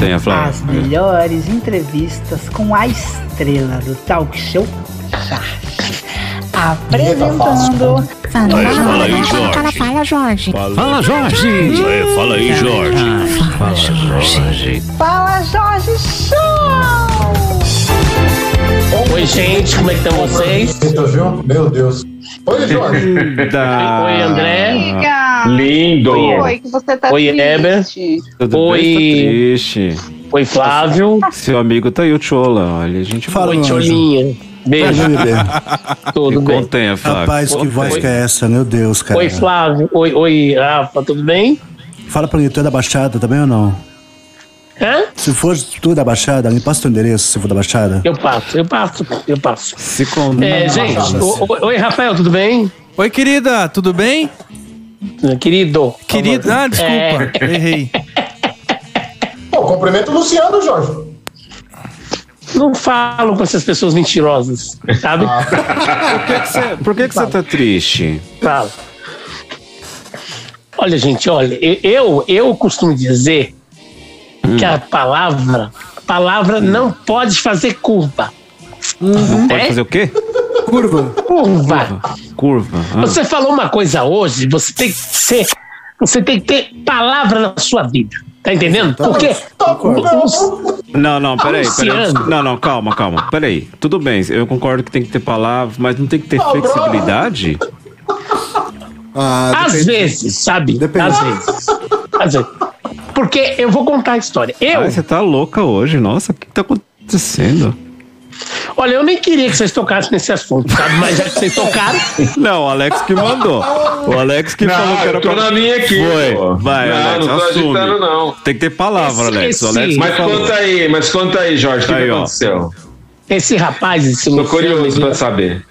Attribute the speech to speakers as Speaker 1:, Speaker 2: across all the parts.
Speaker 1: Tem a Flávia.
Speaker 2: As
Speaker 3: né?
Speaker 2: melhores entrevistas com a estrela do talk show Charge. Apresentando.
Speaker 4: Fala, fala aí, Jorge.
Speaker 5: Fala,
Speaker 1: Fala,
Speaker 5: fala, Jorge.
Speaker 1: Jorge!
Speaker 4: É, fala aí, Jorge.
Speaker 5: Fala, Jorge.
Speaker 2: Fala Jorge Show!
Speaker 6: Oi, gente, como é que estão
Speaker 7: Ah.
Speaker 6: vocês?
Speaker 8: Você
Speaker 3: Então,
Speaker 8: tá junto? Meu Deus. Oi, Jorge.
Speaker 1: Linda!
Speaker 6: Oi, André.
Speaker 2: Amiga!
Speaker 6: Lindo.
Speaker 2: Oi, que você tá
Speaker 6: Oi,
Speaker 2: triste.
Speaker 1: Tudo
Speaker 6: Oi.
Speaker 1: bem? Tô triste.
Speaker 6: Oi, Flávio.
Speaker 1: Seu amigo tá aí, o Chola. Olha, a gente
Speaker 3: Fala,
Speaker 6: Oi,
Speaker 3: meu anjo.
Speaker 6: Tiolinha. Beijo,
Speaker 3: Oi, bebê.
Speaker 6: tudo bem?
Speaker 1: Contenha, Flávio.
Speaker 3: Rapaz, que voz
Speaker 1: Contenha.
Speaker 3: que é essa? Meu Deus, cara.
Speaker 6: Oi, Flávio. Oi, oi, Rafa, tudo bem?
Speaker 3: Fala pra mim, tu é da Baixada também ou não?
Speaker 6: Hã?
Speaker 3: Se for tu da Baixada, me passa teu endereço se for da Baixada.
Speaker 6: Eu passo, eu passo, eu passo.
Speaker 1: Se condena.
Speaker 6: É, gente,
Speaker 3: Rafa.
Speaker 6: o- o- oi, Rafael, tudo bem?
Speaker 7: Oi, querida, tudo bem?
Speaker 6: Querido. É,
Speaker 7: Querido. Ah, desculpa, errei.
Speaker 8: Pô, cumprimento o Luciano, Jorge.
Speaker 6: Não falo com essas pessoas mentirosas, sabe?
Speaker 7: Ah.
Speaker 1: Por que que você tá triste?
Speaker 6: Fala. Olha, gente, olha, eu- eu, eu costumo dizer que a palavra, a palavra não pode fazer curva.
Speaker 1: Não
Speaker 6: É?
Speaker 1: pode fazer o quê?
Speaker 3: Curva.
Speaker 6: Curva.
Speaker 1: Curva. Ah.
Speaker 6: Você falou uma coisa hoje, você tem que ser, você tem que ter palavra na sua vida. Tá entendendo? Porque o- o-
Speaker 1: Não, não, peraí, peraí.
Speaker 6: Luciano.
Speaker 1: Não, não, calma, calma. Peraí. Tudo bem, eu concordo que tem que ter palavra, mas não tem que ter flexibilidade?
Speaker 3: Ah,
Speaker 6: às vezes, sabe?
Speaker 3: Depende.
Speaker 6: Às vezes. Às vezes. Porque eu vou contar a história. Eu,
Speaker 1: Ai, você tá louca hoje, nossa, o que tá acontecendo?
Speaker 6: olha, eu nem queria que vocês tocassem nesse assunto, sabe? Mas já que vocês tocaram,
Speaker 1: Não, o Alex que mandou. O Alex que falou que era
Speaker 9: eu tô
Speaker 1: pra-
Speaker 9: na linha aqui.
Speaker 1: Foi.
Speaker 9: pô.
Speaker 1: Vai,
Speaker 9: não,
Speaker 1: Alex,
Speaker 9: não tô
Speaker 1: assume.
Speaker 9: agitando, não.
Speaker 1: Tem que ter palavra,
Speaker 6: Esse-
Speaker 1: Alex. O Alex
Speaker 6: esse-
Speaker 1: não
Speaker 9: Mas é?
Speaker 1: falou.
Speaker 9: conta aí, mas conta aí, Jorge, o que,
Speaker 1: Aí,
Speaker 9: que
Speaker 1: ó.
Speaker 9: aconteceu?
Speaker 6: esse rapaz, esse
Speaker 9: Tô
Speaker 6: Luciano,
Speaker 9: curioso
Speaker 6: ele-
Speaker 9: pra saber.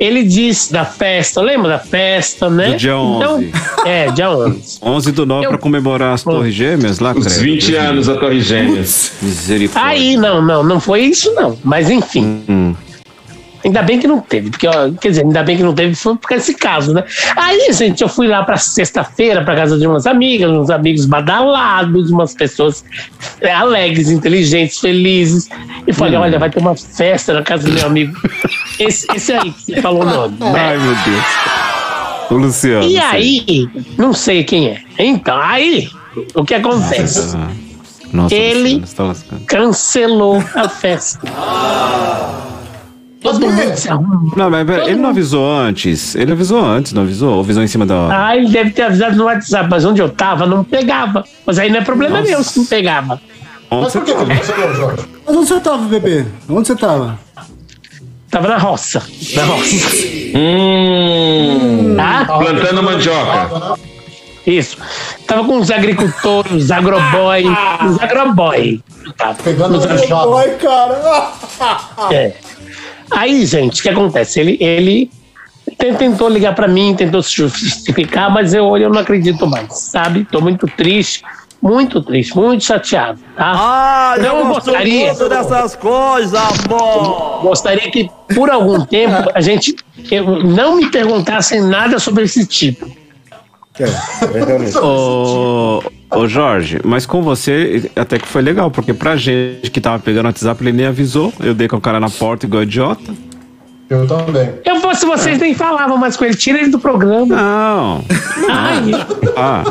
Speaker 6: ele disse da festa, lembra da festa, né?
Speaker 1: Do dia 11.
Speaker 6: é, dia 11.
Speaker 1: 11 do 9
Speaker 6: Eu-
Speaker 1: pra comemorar as Torres Gêmeas lá,
Speaker 9: Os
Speaker 1: credo.
Speaker 9: 20 anos da Torre Gêmeas.
Speaker 1: Misericórdia.
Speaker 6: Aí, não, não, não foi isso, não. Mas enfim.
Speaker 1: Hum.
Speaker 6: Ainda bem que não teve, porque, ó, quer dizer, ainda bem que não teve foi por causa desse caso, né? Aí, gente, eu fui lá pra sexta-feira, pra casa de umas amigas, uns amigos badalados, umas pessoas é, alegres, inteligentes, felizes. E
Speaker 1: Hum.
Speaker 6: falei, olha, vai ter uma festa na casa do meu amigo. Esse, esse aí que você falou o nome. né?
Speaker 1: Ai, meu Deus. O Luciano.
Speaker 6: E
Speaker 1: sei.
Speaker 6: aí, não sei quem é. Então, aí, o que acontece?
Speaker 1: Ah, Nossa,
Speaker 6: Ele-
Speaker 1: Luciano, você tá lascando.
Speaker 6: Cancelou a festa. Todo mundo se arrumou.
Speaker 1: Não, mas pera, ele não avisou antes. Ele avisou antes, não avisou? Ou avisou em cima da hora?
Speaker 6: Ah, ele deve ter avisado no WhatsApp, mas onde eu tava não pegava. Mas aí não é problema
Speaker 1: Nossa.
Speaker 6: meu se não pegava.
Speaker 1: Onde
Speaker 8: Mas
Speaker 1: você
Speaker 8: por que que
Speaker 1: tava?
Speaker 8: ele cancelou, Jorge?
Speaker 3: Mas onde você tava, bebê? Onde você tava?
Speaker 6: Tava na roça. Na roça.
Speaker 9: Hum,
Speaker 6: Tá?
Speaker 9: plantando mandioca.
Speaker 8: né?
Speaker 6: Isso. Tava com os agricultores, os agroboy. Os agroboy. Tá. Tava.
Speaker 8: Pegando o chave.
Speaker 3: Ai, cara.
Speaker 6: É. Aí, gente, o que acontece? Ele, ele te- tentou ligar pra mim, tentou se justificar, mas eu, olha, eu não acredito mais, sabe? Tô muito triste, muito triste, muito chateado, tá? Ah, não gostaria,
Speaker 7: dessas coisas, amor!
Speaker 6: gostaria que por algum tempo a gente eu- não me perguntassem nada sobre esse tipo.
Speaker 1: Ô, ô, Jorge, mas com você até que foi legal, porque pra gente que tava pegando o WhatsApp, ele nem avisou. Eu dei com o cara na porta igual idiota.
Speaker 8: Eu também.
Speaker 6: Eu fosse vocês nem falavam mais com ele, tira ele do programa.
Speaker 1: Não.
Speaker 6: Ai,
Speaker 1: Ah,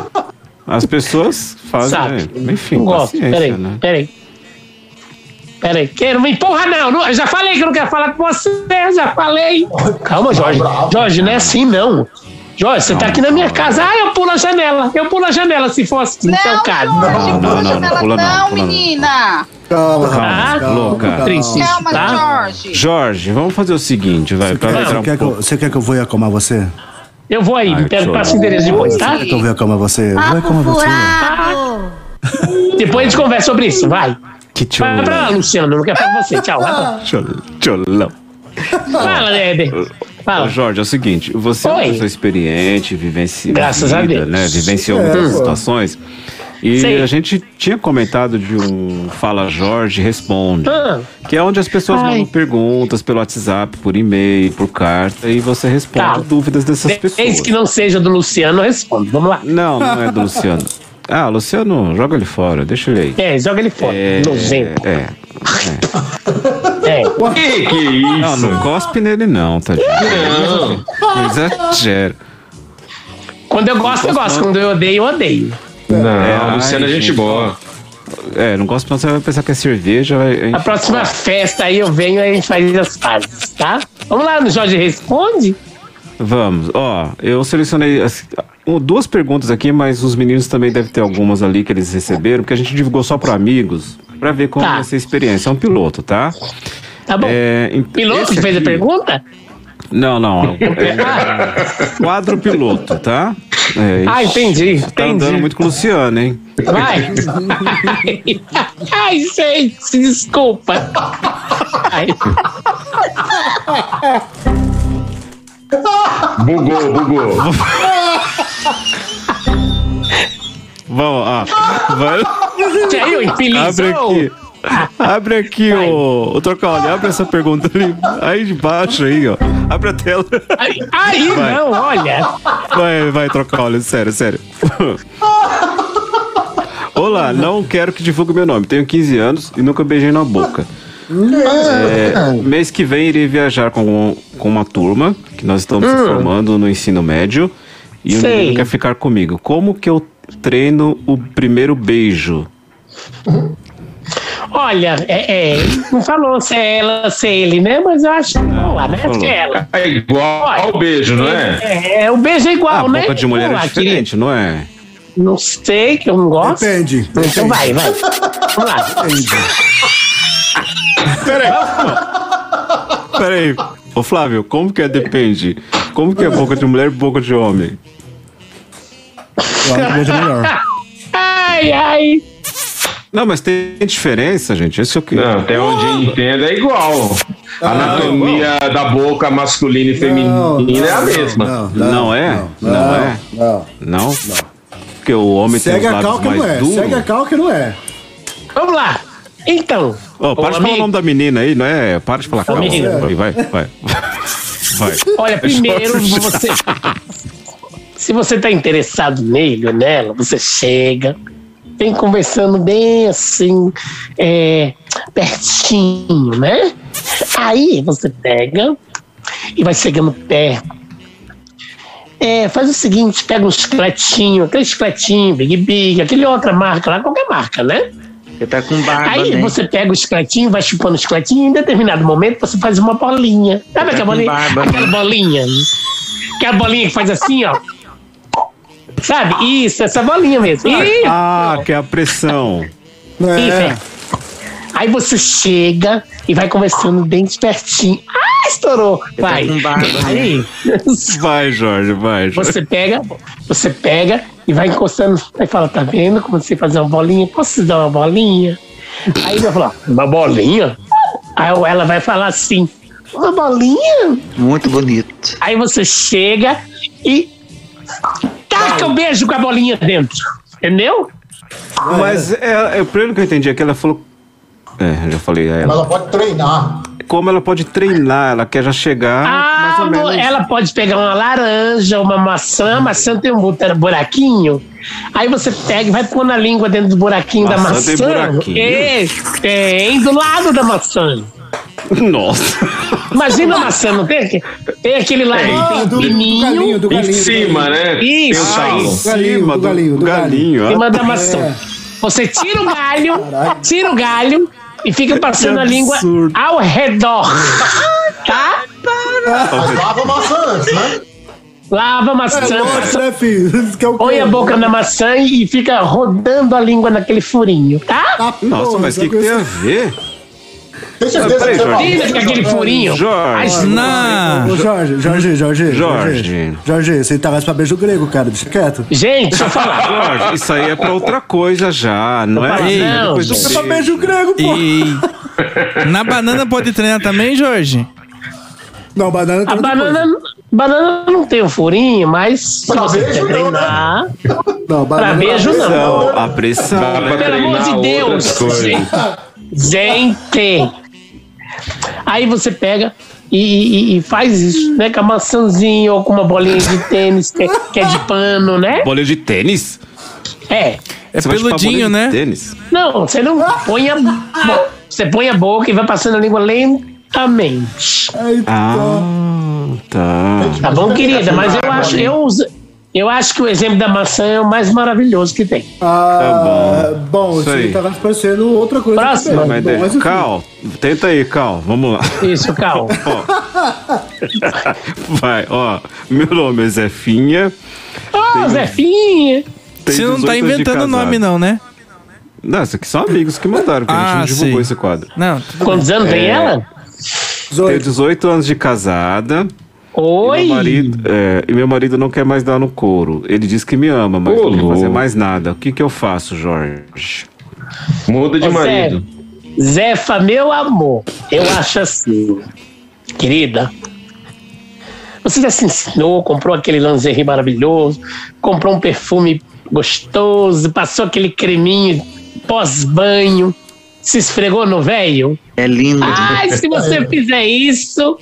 Speaker 1: as pessoas fazem.
Speaker 6: Sabe?
Speaker 1: Enfim,
Speaker 6: não gosto.
Speaker 1: paciência,
Speaker 6: Peraí,
Speaker 1: né?
Speaker 6: peraí. Peraí, que não me empurra, não. não. Eu já falei que eu não quero falar com você, eu já falei. Calma, Jorge. Jorge, não é assim, não. Jorge, você tá aqui na minha casa. Ah, eu pulo a janela. Eu pulo a janela se for assim,
Speaker 2: Não,
Speaker 6: então, cara.
Speaker 2: Jorge,
Speaker 1: Não, não,
Speaker 2: pula a
Speaker 1: não,
Speaker 2: janela
Speaker 1: não, pula não,
Speaker 2: não,
Speaker 1: pula não.
Speaker 2: menina!
Speaker 3: Calma,
Speaker 1: Calma,
Speaker 3: rapaz, calma,
Speaker 1: louca.
Speaker 3: calma.
Speaker 6: Triste.
Speaker 2: Calma,
Speaker 6: Tá?
Speaker 2: Jorge!
Speaker 1: Jorge, vamos fazer o seguinte, vai. Pra
Speaker 3: Você
Speaker 1: entrar um
Speaker 3: quer, que eu,
Speaker 1: pouco.
Speaker 3: você quer que eu vou acalmar você?
Speaker 6: Eu vou aí,
Speaker 1: Ai,
Speaker 6: me pego,
Speaker 1: Jorge.
Speaker 6: passo o endereço depois, tá?
Speaker 3: Você quer que eu vou acalmar você? Eu vou
Speaker 5: Papo
Speaker 3: acalmar é você.
Speaker 5: furado.
Speaker 6: Depois a gente conversa sobre isso, vai.
Speaker 1: Que
Speaker 6: Vai pra lá,
Speaker 1: tcholão.
Speaker 6: Luciano, eu não quero falar com você. Tchau. vai pra lá.
Speaker 1: tchol- Tcholão.
Speaker 6: Fala, Nebe.
Speaker 1: Ô,
Speaker 6: Fala.
Speaker 1: Jorge, é o seguinte, você é uma
Speaker 6: Ah. Oi.
Speaker 1: pessoa experiente, vivencia
Speaker 6: Graças a Deus.
Speaker 1: né? Vivenciou muitas situações. E
Speaker 6: Sim.
Speaker 1: a gente tinha comentado de um Fala Jorge Responde.
Speaker 6: Ah,
Speaker 1: Que é onde as pessoas
Speaker 6: Ai.
Speaker 1: mandam perguntas pelo WhatsApp, por e-mail, por carta, e você responde
Speaker 6: Tá.
Speaker 1: dúvidas dessas
Speaker 6: desde
Speaker 1: pessoas.
Speaker 6: que não seja do Luciano, eu respondo. Vamos lá.
Speaker 1: Não, não é do Luciano. Ah, Luciano, joga ele fora, deixa ele aí.
Speaker 6: É, joga ele fora. Nojento.
Speaker 1: É.
Speaker 6: É.
Speaker 9: Que que isso?
Speaker 1: Não, não cospe nele não, tá?
Speaker 9: Não.
Speaker 1: Não exagero.
Speaker 6: Quando eu gosto, eu gosto. Quando eu odeio, eu odeio.
Speaker 9: Não,
Speaker 1: ai,
Speaker 9: Luciano é gente
Speaker 1: gente.
Speaker 9: boa.
Speaker 1: É, não cospe não, você vai pensar que é cerveja. Vai,
Speaker 6: A próxima festa aí eu venho e a gente faz as pazes, tá? Vamos lá no Jorge Responde?
Speaker 1: Vamos, ó, eu selecionei as- um- duas perguntas aqui, mas os meninos também devem ter algumas ali que eles receberam, porque a gente divulgou só para amigos, para ver como
Speaker 6: Tá.
Speaker 1: vai ser a experiência. É um piloto, tá?
Speaker 6: Tá bom.
Speaker 1: É, ent-
Speaker 6: Piloto
Speaker 1: esse
Speaker 6: que fez a
Speaker 1: aqui-
Speaker 6: pergunta?
Speaker 1: Não, não. É, quadro piloto, tá? É,
Speaker 6: Ah,
Speaker 1: ixi,
Speaker 6: entendi,
Speaker 1: Tá
Speaker 6: entendi.
Speaker 1: andando muito com o Luciano, hein?
Speaker 6: Vai. Ai, gente, desculpa. Ai,
Speaker 9: Bugou, bugou.
Speaker 1: Vamos, ó. Vai-
Speaker 6: que aí eu
Speaker 1: Abre
Speaker 6: empilizou.
Speaker 1: aqui. Abre aqui o, o Trocoli, abre essa pergunta ali. Aí de baixo aí, ó. Abre a tela.
Speaker 6: Aí, aí
Speaker 1: Vai.
Speaker 6: não, olha.
Speaker 1: Vai, vai, Trocoli, sério, sério. Olá, não quero que divulgue meu nome. Tenho 15 anos e nunca beijei na boca. É, mês que vem irei viajar com, com uma turma que nós estamos se formando no ensino médio e o
Speaker 6: Sei.
Speaker 1: menino quer ficar comigo. Como que eu treino o primeiro beijo?
Speaker 6: Olha, é, é, não falou se é ela, se é ele, né? Mas eu acho que não, lá, né? Acho que é ela.
Speaker 9: É igual ao beijo, não é?
Speaker 6: É, é, o beijo é
Speaker 1: Ah,
Speaker 6: igual, né?
Speaker 1: boca de mulher
Speaker 6: Vamos
Speaker 1: é
Speaker 6: lá,
Speaker 1: diferente, não é?
Speaker 6: querido. Não sei, que eu não gosto.
Speaker 3: Depende.
Speaker 6: Então
Speaker 3: depende.
Speaker 6: vai, vai. Vamos lá.
Speaker 1: Peraí. Ô Flávio, como que é depende? Como que é boca de mulher e boca de homem?
Speaker 3: Eu acho que hoje é melhor.
Speaker 6: Ai, ai.
Speaker 1: Não, mas tem diferença, gente. Isso é o que.
Speaker 9: Não, até onde eu entendo é igual. A anatomia da boca masculina e
Speaker 3: Não,
Speaker 9: feminina é a
Speaker 3: não,
Speaker 9: mesma.
Speaker 3: Não,
Speaker 1: Não é?
Speaker 3: Não,
Speaker 1: Não
Speaker 3: não,
Speaker 1: é?
Speaker 3: não.
Speaker 1: Não? Porque o homem
Speaker 3: Segue
Speaker 1: tem os
Speaker 3: a
Speaker 1: lábios
Speaker 3: cal que
Speaker 1: mais
Speaker 3: não é.
Speaker 1: duros.
Speaker 3: Segue a cal que não é.
Speaker 6: Vamos lá. Então.
Speaker 1: Ô, para de falar o nome da menina aí, não é? Para de falar calma.
Speaker 6: menina.
Speaker 1: Vai, vai, vai. Vai.
Speaker 6: Olha, primeiro
Speaker 1: Jorge.
Speaker 6: você. Se você tá interessado nele ou nela, você chega, vem conversando bem assim, é, pertinho, né? Aí você pega e vai chegando perto. É, faz o seguinte, pega um chicletinho, aquele chicletinho, Big Big, aquele outra marca lá, qualquer marca, né?
Speaker 10: Você tá com barba,
Speaker 6: Aí
Speaker 10: né?
Speaker 6: você pega o chicletinho, vai chupando o chicletinho e em determinado momento você faz uma bolinha. Sabe aquela
Speaker 10: com
Speaker 6: bolinha?
Speaker 10: barba, né?
Speaker 6: aquela bolinha. Aquela bolinha que faz assim, ó. Sabe? Isso, essa bolinha mesmo.
Speaker 10: tá.
Speaker 6: Ih,
Speaker 1: Ah, que é a pressão.
Speaker 3: Não é?
Speaker 6: Isso, é. Aí você chega e vai conversando bem de pertinho. Ah, estourou! Vai.
Speaker 10: com barba, né?
Speaker 6: Aí
Speaker 1: Vai, Jorge, vai. Jorge.
Speaker 6: você pega, você pega e vai encostando. Aí fala, tá vendo? Comecei a fazer uma bolinha. Posso te dar uma bolinha? Aí ele vai falar, uma bolinha? Aí ela vai falar assim, uma bolinha?
Speaker 10: Muito bonito.
Speaker 6: Aí você chega e taca o beijo com a bolinha dentro. Entendeu?
Speaker 1: Mas é, é, o primeiro que eu entendi é que ela falou. É, eu já falei a
Speaker 8: Mas
Speaker 1: ela.
Speaker 8: ela pode treinar.
Speaker 1: Como ela pode treinar, ela quer já chegar mais
Speaker 6: Ah,
Speaker 1: ou menos.
Speaker 6: ela pode pegar uma laranja, uma maçã, a maçã tem um bu- buraquinho. Aí você pega e vai pôr na língua dentro do buraquinho da
Speaker 1: Maçã tem
Speaker 6: maçã.
Speaker 1: buraquinho?
Speaker 6: É, tem do lado da maçã. é-
Speaker 1: Nossa.
Speaker 6: Imagina a maçã, não tem? aqui? Tem aquele lá que
Speaker 3: Ah,
Speaker 6: tem um
Speaker 3: do, do
Speaker 6: pininho
Speaker 3: galinho, do
Speaker 9: Em
Speaker 3: galinho.
Speaker 9: cima, né? Tem o
Speaker 6: Isso.
Speaker 9: salo.
Speaker 3: Do galinho,
Speaker 1: Cima
Speaker 3: do galinho, do galinho.
Speaker 6: em cima
Speaker 1: ó.
Speaker 6: da maçã. Você tira o galho, tira o galho e fica passando a língua
Speaker 1: absurdo.
Speaker 6: ao redor. Tá?
Speaker 8: Mas lava a maçã antes, né?
Speaker 6: Lava a maçã,
Speaker 3: Nossa, né, filho? Isso que é o
Speaker 6: põe
Speaker 3: quê?
Speaker 6: a boca na maçã e fica rodando a língua naquele furinho, tá?
Speaker 3: Ah,
Speaker 1: Nossa,
Speaker 3: porra,
Speaker 1: mas o que,
Speaker 3: essa
Speaker 1: que tem
Speaker 3: coisa-
Speaker 1: a ver?
Speaker 8: Tem certeza
Speaker 1: Peraí,
Speaker 8: que você
Speaker 1: Jorge.
Speaker 8: fala.
Speaker 6: Tira com aquele furinho.
Speaker 1: Jorge.
Speaker 6: Ai,
Speaker 7: Não.
Speaker 3: Ô, Jorge, Jorge, Jorge.
Speaker 1: Jorge.
Speaker 3: Jorge, você tá mais pra beijo grego, cara. Deixa quieto.
Speaker 6: Gente, deixa eu falar.
Speaker 1: Jorge, isso aí é pra outra coisa já, não é?
Speaker 6: falando,
Speaker 1: Ei,
Speaker 6: não,
Speaker 1: depois do
Speaker 3: É
Speaker 1: beijo.
Speaker 3: pra beijo grego, pô.
Speaker 7: E. Na banana pode treinar também, Jorge?
Speaker 3: Não, banana
Speaker 6: A
Speaker 3: outra
Speaker 6: banana, banana não tem o furinho, mas tá. se
Speaker 8: Pra
Speaker 6: você
Speaker 8: beijo
Speaker 6: quer
Speaker 8: não, né?
Speaker 6: treinar,
Speaker 3: coisa. Não,
Speaker 6: pra
Speaker 3: banana.
Speaker 6: beijo não.
Speaker 1: Não, Então, a pressão.
Speaker 9: Dá pra
Speaker 1: né?
Speaker 6: Pelo amor
Speaker 9: treinar
Speaker 6: de Deus.
Speaker 9: outras coisas.
Speaker 6: Gente! Aí você pega e, e- e faz isso, né? Com a maçãzinha ou com uma bolinha de tênis que, é- que é de pano, né?
Speaker 1: Bolinha de tênis?
Speaker 6: É.
Speaker 7: É
Speaker 1: Você vai chupar a
Speaker 7: peludinho,
Speaker 1: bolinha de
Speaker 7: né?
Speaker 1: Tênis.
Speaker 6: Não, você não põe a bo- Você põe a boca e vai passando a língua lentamente.
Speaker 3: Ai,
Speaker 1: tá Ah, tá.
Speaker 6: Tá bom, querida? Mas eu
Speaker 9: né?
Speaker 6: acho, eu, uso- eu acho que o exemplo da maçã é o mais maravilhoso que tem.
Speaker 3: Ah, bom,
Speaker 1: Isso
Speaker 3: isso aí
Speaker 1: aí.
Speaker 3: tava parecendo outra coisa.
Speaker 6: Próxima,
Speaker 3: também.
Speaker 1: Mas
Speaker 3: Bom,
Speaker 1: deve-
Speaker 3: enfim.
Speaker 1: Cal, tenta aí, Cal. Vamos lá.
Speaker 6: Isso, Cal.
Speaker 1: Vai, ó. Meu nome é Zefinha.
Speaker 9: um
Speaker 6: Ah, Zefinha!
Speaker 1: tenho
Speaker 7: Você não tá
Speaker 1: 18 anos de
Speaker 7: inventando
Speaker 1: casado.
Speaker 7: nome, não, né?
Speaker 1: Não, isso aqui são amigos que mandaram, porque a gente
Speaker 7: Ah,
Speaker 1: não divulgou
Speaker 7: sim.
Speaker 1: esse quadro.
Speaker 7: Não, tudo bem.
Speaker 6: Quantos anos
Speaker 9: É.
Speaker 6: tem ela?
Speaker 1: Tenho
Speaker 3: 18.
Speaker 1: 18 anos de casada. E
Speaker 6: Oi!
Speaker 1: meu, marido, é, e meu marido não quer mais dar no couro. Ele diz que me ama, mas
Speaker 9: Ô,
Speaker 1: não quer fazer
Speaker 9: louco.
Speaker 1: mais nada. O que, que eu faço, Jorge?
Speaker 9: Muda de
Speaker 6: Ô,
Speaker 9: marido.
Speaker 6: Zé, Zefa, meu amor, eu acho assim, querida. Você já se ensinou, comprou aquele lingerie maravilhoso, comprou um perfume gostoso, passou aquele creminho pós-banho, se esfregou no véio.
Speaker 10: É lindo.
Speaker 6: Ai, se você fizer isso,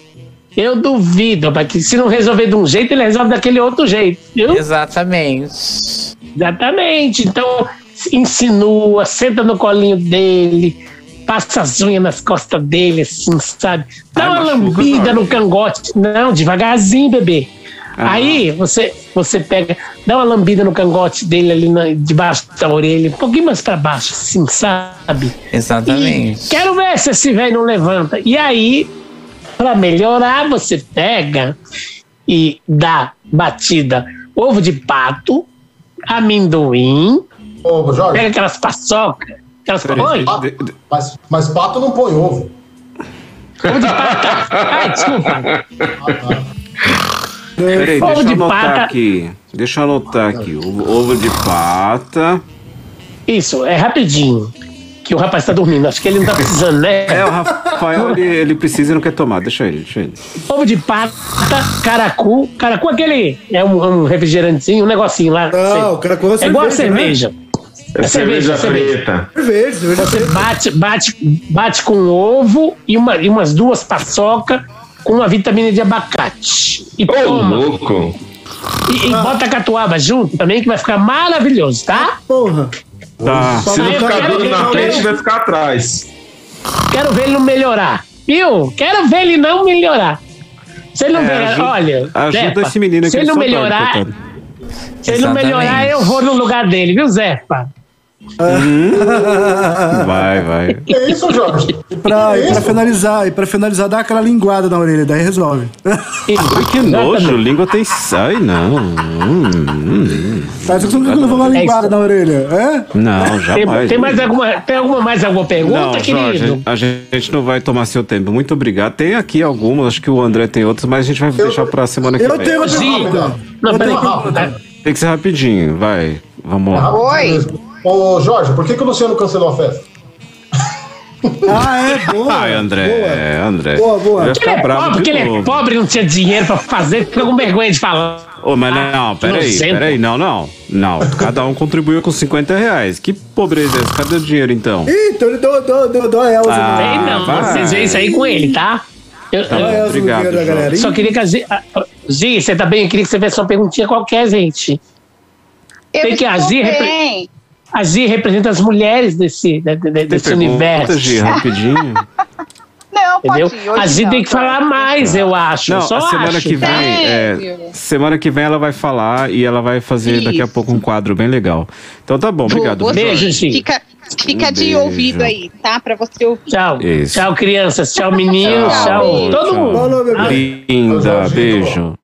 Speaker 6: eu duvido, porque se não resolver de um jeito, ele resolve daquele outro jeito, viu?
Speaker 11: Exatamente.
Speaker 6: Exatamente. Então, insinua, senta no colinho dele, passa as unhas nas costas dele, assim, sabe? Dá
Speaker 1: Ai,
Speaker 6: uma
Speaker 1: machuca,
Speaker 6: lambida
Speaker 1: Jorge.
Speaker 6: no cangote. Não, devagarzinho, bebê.
Speaker 1: Ah.
Speaker 6: Aí você, você pega, dá uma lambida no cangote dele ali na- debaixo da orelha, um pouquinho mais pra baixo, assim, sabe? E
Speaker 11: Exatamente.
Speaker 6: quero ver se esse velho não levanta. E aí, pra melhorar, você pega e dá batida ovo de pato, amendoim,
Speaker 8: Ô,
Speaker 6: pega
Speaker 8: Jorge,
Speaker 6: aquelas paçoca, aquelas
Speaker 1: Peraí,
Speaker 6: Oi?
Speaker 1: de- de-
Speaker 8: mas, mas pato não põe ovo.
Speaker 6: Ovo de pata. Ai, desculpa.
Speaker 1: peraí,
Speaker 6: é, Ovo
Speaker 1: deixa eu
Speaker 6: de
Speaker 1: anotar
Speaker 6: pata.
Speaker 1: aqui. Deixa eu anotar aqui. Ovo ovo de pata.
Speaker 6: Isso, é rapidinho. Que o rapaz tá dormindo. Acho que ele não tá precisando, né?
Speaker 1: É, o Rafael, ele, ele precisa e não quer tomar. Deixa ele, deixa ele.
Speaker 6: Ovo de pata, caracu. Caracu é aquele. É um, um refrigerantezinho, um negocinho lá.
Speaker 3: Não,
Speaker 6: Sei.
Speaker 3: o cara comeu
Speaker 6: é igual a
Speaker 3: cerveja,
Speaker 6: cerveja. É cerveja,
Speaker 9: cerveja
Speaker 6: é cerveja.
Speaker 9: preta.
Speaker 3: Cerveja, cerveja
Speaker 6: Você
Speaker 3: preta.
Speaker 6: bate, bate, bate com um ovo e, uma, e umas duas paçoca com uma vitamina de abacate. E
Speaker 9: Ô,
Speaker 6: toma.
Speaker 9: louco.
Speaker 6: E, e bota a catuaba junto também, que vai ficar maravilhoso, tá?
Speaker 3: Porra.
Speaker 1: Tá.
Speaker 3: Só
Speaker 9: Se não
Speaker 3: não
Speaker 6: eu
Speaker 9: ficar
Speaker 3: cabe-
Speaker 6: quero
Speaker 9: duro
Speaker 6: ver
Speaker 9: na
Speaker 6: que
Speaker 9: frente,
Speaker 6: eu-
Speaker 1: né?
Speaker 9: vai ficar atrás.
Speaker 6: Quero ver ele não melhorar. Viu? Quero ver ele não melhorar. Se ele não
Speaker 1: É,
Speaker 6: melhorar,
Speaker 1: aju-
Speaker 6: olha.
Speaker 1: ajuda
Speaker 6: Zefa,
Speaker 1: esse menino aqui.
Speaker 6: Se ele não
Speaker 1: só dói,
Speaker 6: melhorar,
Speaker 1: coitado.
Speaker 6: se ele não melhorar,
Speaker 11: Exatamente.
Speaker 6: eu vou no lugar dele, viu, Zefa?
Speaker 1: Vai, vai.
Speaker 8: Que isso, Jorge?
Speaker 3: E pra, e pra finalizar, e pra finalizar, dá aquela linguada na orelha, daí resolve.
Speaker 1: Ai, que nojo, língua tem. Ai, não. Hum, hum.
Speaker 3: Mas você nunca levou uma
Speaker 6: É
Speaker 3: linguada
Speaker 6: isso.
Speaker 3: na orelha, é?
Speaker 1: Não,
Speaker 6: Tem,
Speaker 1: jamais.
Speaker 6: tem mais alguma, tem alguma mais alguma pergunta,
Speaker 1: Não,
Speaker 6: querido?
Speaker 1: Jorge, a gente não vai tomar seu tempo. Muito obrigado. Tem aqui algumas, acho que o André tem outras, mas a gente vai deixar pra semana que
Speaker 3: Eu
Speaker 1: vem.
Speaker 3: tenho uma
Speaker 6: Sim.
Speaker 3: pergunta.
Speaker 8: né?
Speaker 6: Não,
Speaker 3: Eu
Speaker 6: peraí.
Speaker 3: tenho uma pergunta.
Speaker 1: Tem que ser rapidinho, vai. Vamos
Speaker 3: Tá
Speaker 1: lá.
Speaker 2: Oi.
Speaker 8: Ô, Jorge, por que, que o Luciano cancelou a festa?
Speaker 3: Ah, é? Boa.
Speaker 1: Ai, André, André.
Speaker 3: Boa, boa.
Speaker 1: Ele Vai
Speaker 6: Porque ele
Speaker 1: ficar
Speaker 6: é
Speaker 1: Tá bravo
Speaker 6: pobre,
Speaker 1: de
Speaker 6: porque ele é
Speaker 1: novo.
Speaker 6: pobre, não tinha dinheiro pra fazer, fica com vergonha de falar.
Speaker 1: Ô, mas
Speaker 6: Ah,
Speaker 1: não, peraí,
Speaker 6: inocente.
Speaker 1: peraí, não, não. Não, cada um contribuiu com 50 reais. Que pobreza é essa? Cadê o dinheiro então?
Speaker 3: Ih, então ele deu, deu, deu, deu a Elza.
Speaker 1: Ah,
Speaker 3: né?
Speaker 6: Sei não,
Speaker 1: vai.
Speaker 6: vocês veem isso aí com ele, tá? Eu,
Speaker 1: Tá
Speaker 6: eu
Speaker 1: bom,
Speaker 3: Elza no
Speaker 1: obrigado,
Speaker 3: dinheiro da
Speaker 1: João.
Speaker 3: galera. Ih,
Speaker 6: só queria que a Gi, a- a- Gi, você tá bem? Eu queria que você fizesse uma perguntinha qualquer, gente.
Speaker 2: Eu
Speaker 6: Tem que
Speaker 2: estou
Speaker 6: agir, repre-
Speaker 2: bem.
Speaker 6: A Gi representa as mulheres desse, de- de-
Speaker 1: Tem
Speaker 6: desse
Speaker 1: pergunta,
Speaker 6: universo.
Speaker 1: Gi, rapidinho.
Speaker 2: Não, pode
Speaker 6: Entendeu?
Speaker 2: ir. hoje
Speaker 6: A Gi
Speaker 2: não,
Speaker 6: tem que
Speaker 2: tá?
Speaker 6: falar mais, eu acho.
Speaker 1: Não,
Speaker 6: eu só
Speaker 1: a semana
Speaker 6: acho. né?
Speaker 1: que vem.
Speaker 2: Sério?
Speaker 1: é, semana que vem ela vai falar e ela vai fazer daqui a
Speaker 2: Isso.
Speaker 1: pouco um quadro bem legal. Então tá bom, obrigado.
Speaker 2: Você
Speaker 6: Beijo, Gi.
Speaker 2: Fica, fica
Speaker 1: Um
Speaker 2: de
Speaker 1: beijo.
Speaker 2: ouvido aí, tá? Pra você ouvir.
Speaker 6: Tchau.
Speaker 1: Isso.
Speaker 6: Tchau, crianças. Tchau, meninos.
Speaker 2: Tchau,
Speaker 6: Tchau. Todo mundo.
Speaker 3: Falou, bebê.
Speaker 1: Linda, beijo.